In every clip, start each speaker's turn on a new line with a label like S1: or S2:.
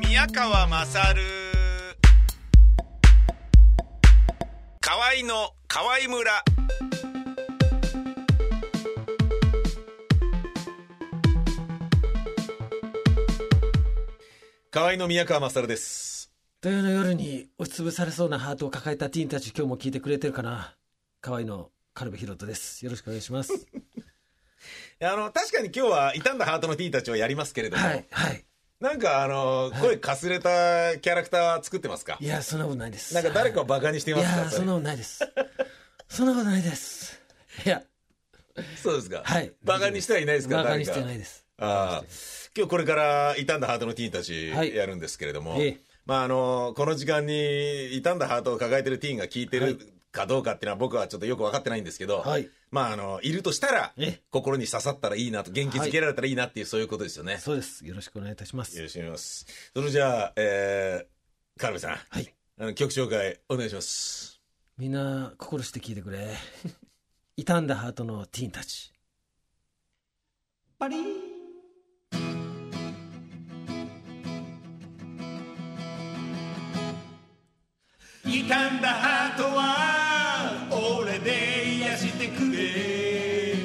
S1: 宮川まさる河合の河合村河合の宮川まさるです
S2: 土曜の夜に押しつぶされそうなハートを抱えたティーンたち今日も聞いてくれてるかな河合の軽部ロ人ですよろしくお願いします
S1: あの確かに今日は傷んだハートのティーたちをやりますけれども、
S2: はいはい
S1: なんかあの声かすれたキャラクターは作ってますか
S2: いやそんなことないです
S1: なんか誰かをバカにして
S2: い
S1: ますか
S2: やそんなことないですそんなことないですいや
S1: そうですか。
S2: はい
S1: バカにしてはいないですか
S2: バ
S1: ら、
S2: カにして
S1: 誰か
S2: ないです
S1: ああ。今日これから、傷んだハートのティーンたち
S2: はい
S1: やるんですけれども、
S2: ええ
S1: まああの、この時間に傷んだハートを抱えてるティーンが聞いて
S2: はい
S1: るかどうかっていうのは僕はちょっとよく分かってないんですけど、
S2: はい
S1: まああの、いるとしたら
S2: ええ、
S1: 心に刺さったらいいなと、元気づけられたらいいなっていう、そういうことですよね。
S2: そうですよろしくお願いいたします
S1: よろしくお願いします。それじゃあ、えー、カルベさん、
S2: はい
S1: あの曲紹介お願いします。
S2: みんな心して聞いてくれ 傷んだハートのティーンたち
S3: パリ傷んだハートは俺で癒してくれ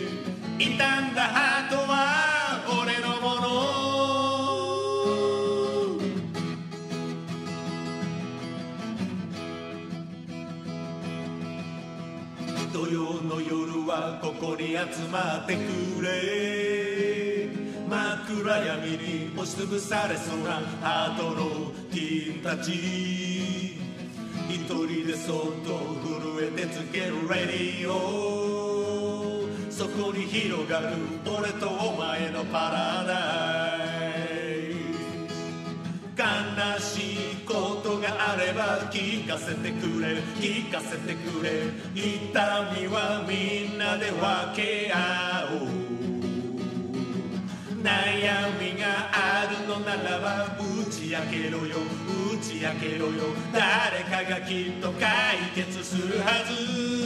S3: 傷んだハートは俺のもの土曜の夜はここに集まってくれ真っ暗闇に押しつぶされそうなハートのティーンたち一人でそっと震えてつけるレディオそこに広がる俺とお前のパラダイス悲しいことがあれば聞かせてくれ聞かせてくれ痛みはみんなで分け合おう悩みがあるのならば打ち明けろよ打ち明けろよ誰かがきっと解決するはず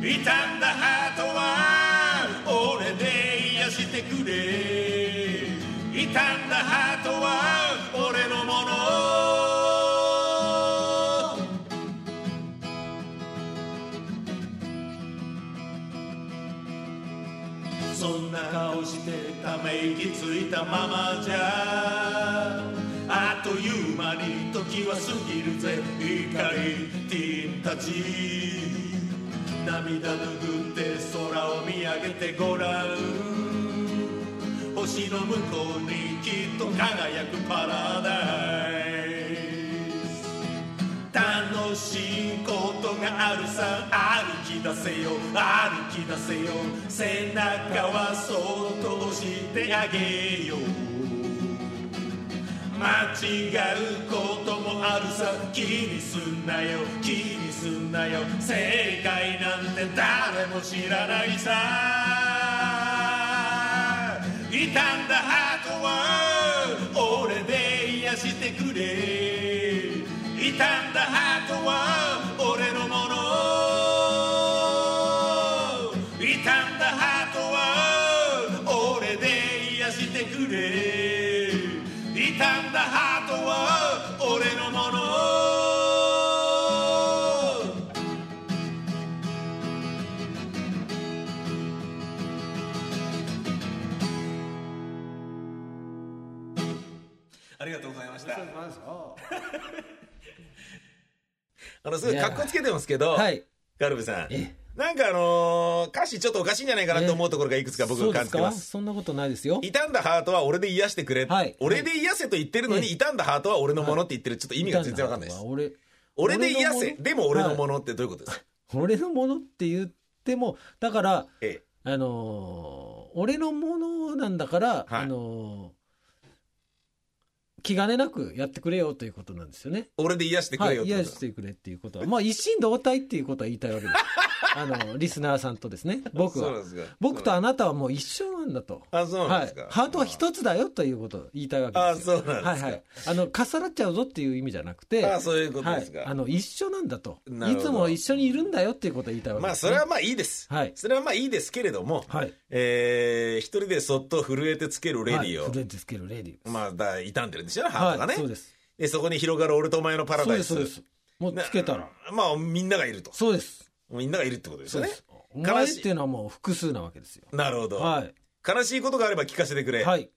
S3: 傷んだハートは俺で癒してくれ傷んだハートは俺のものそんな顔してため息ついたままじゃあっという間に時は過ぎるぜ怒りティーンたち涙拭って空を見上げてごらん星の向こうにきっと輝くパラダイス楽しいことがあるさ歩き出せよ歩き出せよ背中はそっと押してあげよう間違うこともあるさ気にすんなよ気にすんなよ正解なんて誰も知らないさ傷んだハートは俺で癒してくれ傷んだハートは俺のもの傷んだハートは俺で癒してくれ傷んだハートは俺のものありがとうございました
S1: あの、すごい格好つけてますけど、
S2: はい
S1: カルベさん
S2: え。
S1: なんかあのー歌詞ちょっとおかしいんじゃないかなと思うところがいくつか僕
S2: そうで
S1: 感
S2: す
S1: じて
S2: か
S1: ます。
S2: そんなことないですよ
S1: 傷んだハートは俺で癒してくれ。
S2: はい
S1: 俺で癒せと言ってるのに、
S2: え
S1: 傷んだハートは俺のものって言ってる。ちょっと意味が全然わかんないです。
S2: 俺
S1: 俺で癒せ、でも俺のも
S2: の
S1: のってどういうことですか、
S2: はい俺のものって言ってもだから
S1: ええ
S2: あのー俺のものなんだから、
S1: はい
S2: あのー気兼ねなくやってくれよということなんですよね。
S1: 俺で癒してく
S2: は
S1: れ
S2: い、
S1: よってこ
S2: 癒
S1: と
S2: してくれっていうことは、まあ一心同体っていうことは言いたいわけです。あのリスナーさんとですね僕
S1: そうなん
S2: は
S1: ですか
S2: 僕とあなたはもう一緒なんだと
S1: あそうなんですか
S2: はい、ハートは一つだよということを言いたいわけですよ
S1: あそうなんですか
S2: はいはい、あの重なっちゃうぞっていう意味じゃなくて
S1: あそういうことですか
S2: はい、あの一緒なんだと
S1: なる
S2: い
S1: ほど
S2: つも一緒にいるんだよっていうことを言いたいわけ
S1: ま
S2: で
S1: あ
S2: す、
S1: そ
S2: ね
S1: れはまあいいです、
S2: はい
S1: それはまあいいですけれども、
S2: はい
S1: えー一人でそっと震えてつけるレディを、
S2: はい、フレンチつけるレディオ
S1: まあだ傷んでるんですよねハートがね、
S2: はい、そうです
S1: でそこに広がる俺とお前のパラ
S2: そう
S1: ダ
S2: で
S1: イ
S2: す
S1: ス
S2: そうですもうつけたら
S1: なまあみんながいると
S2: そうです
S1: みんながいるってことです
S2: そ
S1: よ
S2: う
S1: ね
S2: ですお
S1: 悲
S2: 前っ
S1: して
S2: いうのはもう複数なわけですよ
S1: なるほど、
S2: はい
S1: 悲しいことがあれば聞かせてくれ、
S2: はい、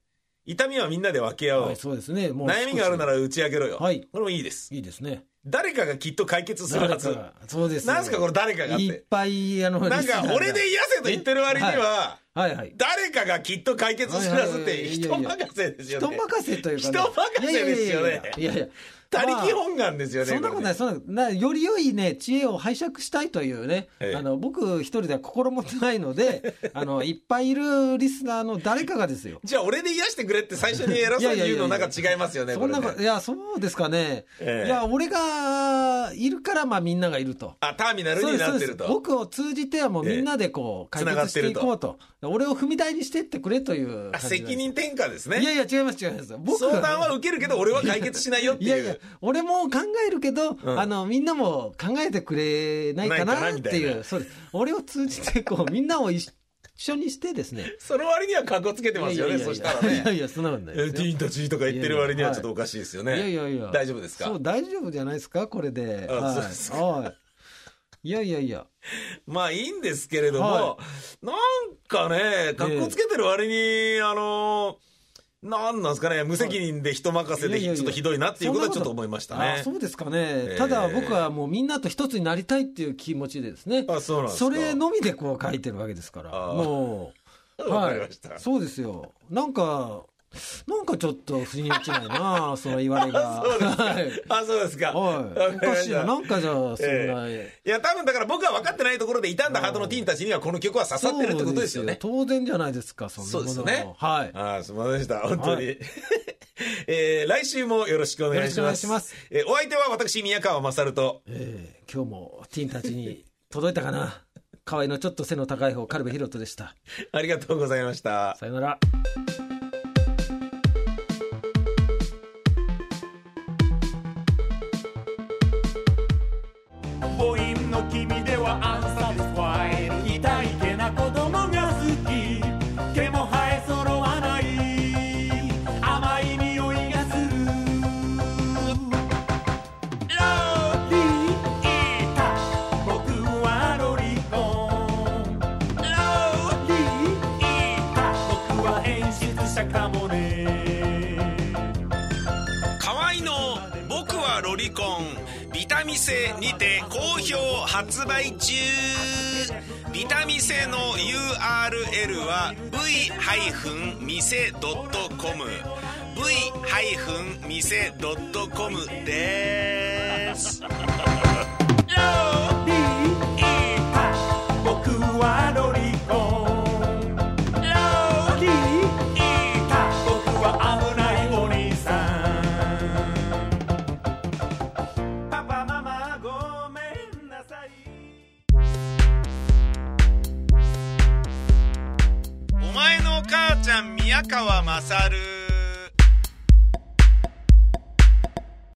S1: 痛みはみんなで分け合おう、
S2: はい、そうですねもう少し
S1: 悩みがあるなら打ち上げろよ、
S2: はい
S1: これもいいです
S2: いいですね
S1: 誰かがきっと解決するはず
S2: 誰かがそうですよ
S1: なんすかこれ誰かがっ
S2: いってぱいあの
S1: な
S2: リ
S1: ん
S2: スナー
S1: か
S2: が
S1: 俺で癒せと言ってる割には、
S2: はいはい
S1: 誰かがきっと解決するはずっ
S2: は
S1: て
S2: いはいはいい
S1: 人
S2: やいや
S1: 任せですよ
S2: 人
S1: ね
S2: 任せというか、
S1: 人任せですよね
S2: いやいやいやいやいやいや
S1: 他力本願ですよね
S2: そんなことない、
S1: こ
S2: そんなことないなより良いね、知恵を拝借したいというね、
S1: ええ
S2: あの僕一人では心もとない ので、あのいっぱいいるリスナーの誰かがですよ
S1: れ。じゃあ俺で癒してくれって最初に偉そうに言うのなんか違いますよね
S2: そんなこ、
S1: ことれ
S2: い
S1: ね
S2: や、そうですかね。
S1: ええ
S2: いや、俺がいるから、まあみんながいると。
S1: あターミナル
S2: そう
S1: に
S2: です
S1: なっ
S2: そう
S1: てる
S2: です
S1: と
S2: 僕を通じてはもうみんなでこう
S1: ええ
S2: 解決していこうと、俺を踏み台にしてってくれという
S1: あ
S2: 感じなんです
S1: 責任転嫁ですね
S2: いやいや違います違います僕
S1: 相談は受けるけど俺は解決しないよってい
S2: いうやいや俺も考えるけど、
S1: ん
S2: あのみんなも考えてくれない
S1: な
S2: か
S1: いか
S2: なっ
S1: なみ
S2: て
S1: たい
S2: いう
S1: な
S2: そうです俺を通じてこうみんなを一緒にしてですね
S1: その割にはかっこつけてますよね
S2: いやいや
S1: そ
S2: い
S1: した
S2: や
S1: ら
S2: いや
S1: ね
S2: いやそんなことな い
S1: えー
S2: で
S1: テ
S2: す
S1: ィ
S2: よ
S1: ーンとジーとか言ってる割にはちょっとおかしいですよね
S2: いやいやいや
S1: 大丈夫ですか
S2: そう大丈夫じゃないですかこれで
S1: あ
S2: はい
S1: そうですか
S2: はいいやいやいや
S1: まあいいんですけれども、
S2: は
S1: なんかね、格好つけてる割に、あのー、なんなんですかね、無責任で人任せで、
S2: いやいやいや
S1: ちょっとひどいなっていうことはちょっと思いました
S2: あ
S1: ね。
S2: そうですかね、
S1: え
S2: ただ僕はもうみんなと一つになりたいっていう気持ちでですね
S1: あそうなんですか
S2: それのみでこう書いてるわけですから
S1: あー
S2: もう
S1: わかりました
S2: はい、そうですよなんかなんかちょっと腑に落ちないな その言われが
S1: そうですか
S2: はい
S1: あそうですか。わ
S2: はい、お
S1: りま
S2: か
S1: た
S2: しいななんかじゃあそんな、
S1: ええいや、多分だから僕は分かってないところで傷んだハートのティーンたちにはこの曲は刺さってるってことですよね。
S2: そうですよ当然じゃないですかそんなもの
S1: そうですよね
S2: はい
S1: ああ、すみませんでした。本当に。
S2: は
S1: えー来週もよろしくお願いします。
S2: よろしくお願いします
S1: えーお相手は私、宮川勝と。
S2: えー今日もティーンたちに届いたかな河合のちょっと背の高い方軽部ロ人でした
S1: ありがとうございました。
S2: さよなら
S3: 母音の君ではアンサティスファイ痛いけな子供が好き毛も生え揃わない甘い匂いがするロリータ僕はロリコンロリータ僕は演出者かもね
S1: 河合の「僕はロリコン」ビタミセにて好評発売中ビタミセの URL は v-mise.com v-mise.com です
S3: ロリータ僕はロリコンロリータ僕は危ないお兄さんパパママごめんなさい
S1: お前の母ちゃん宮川勝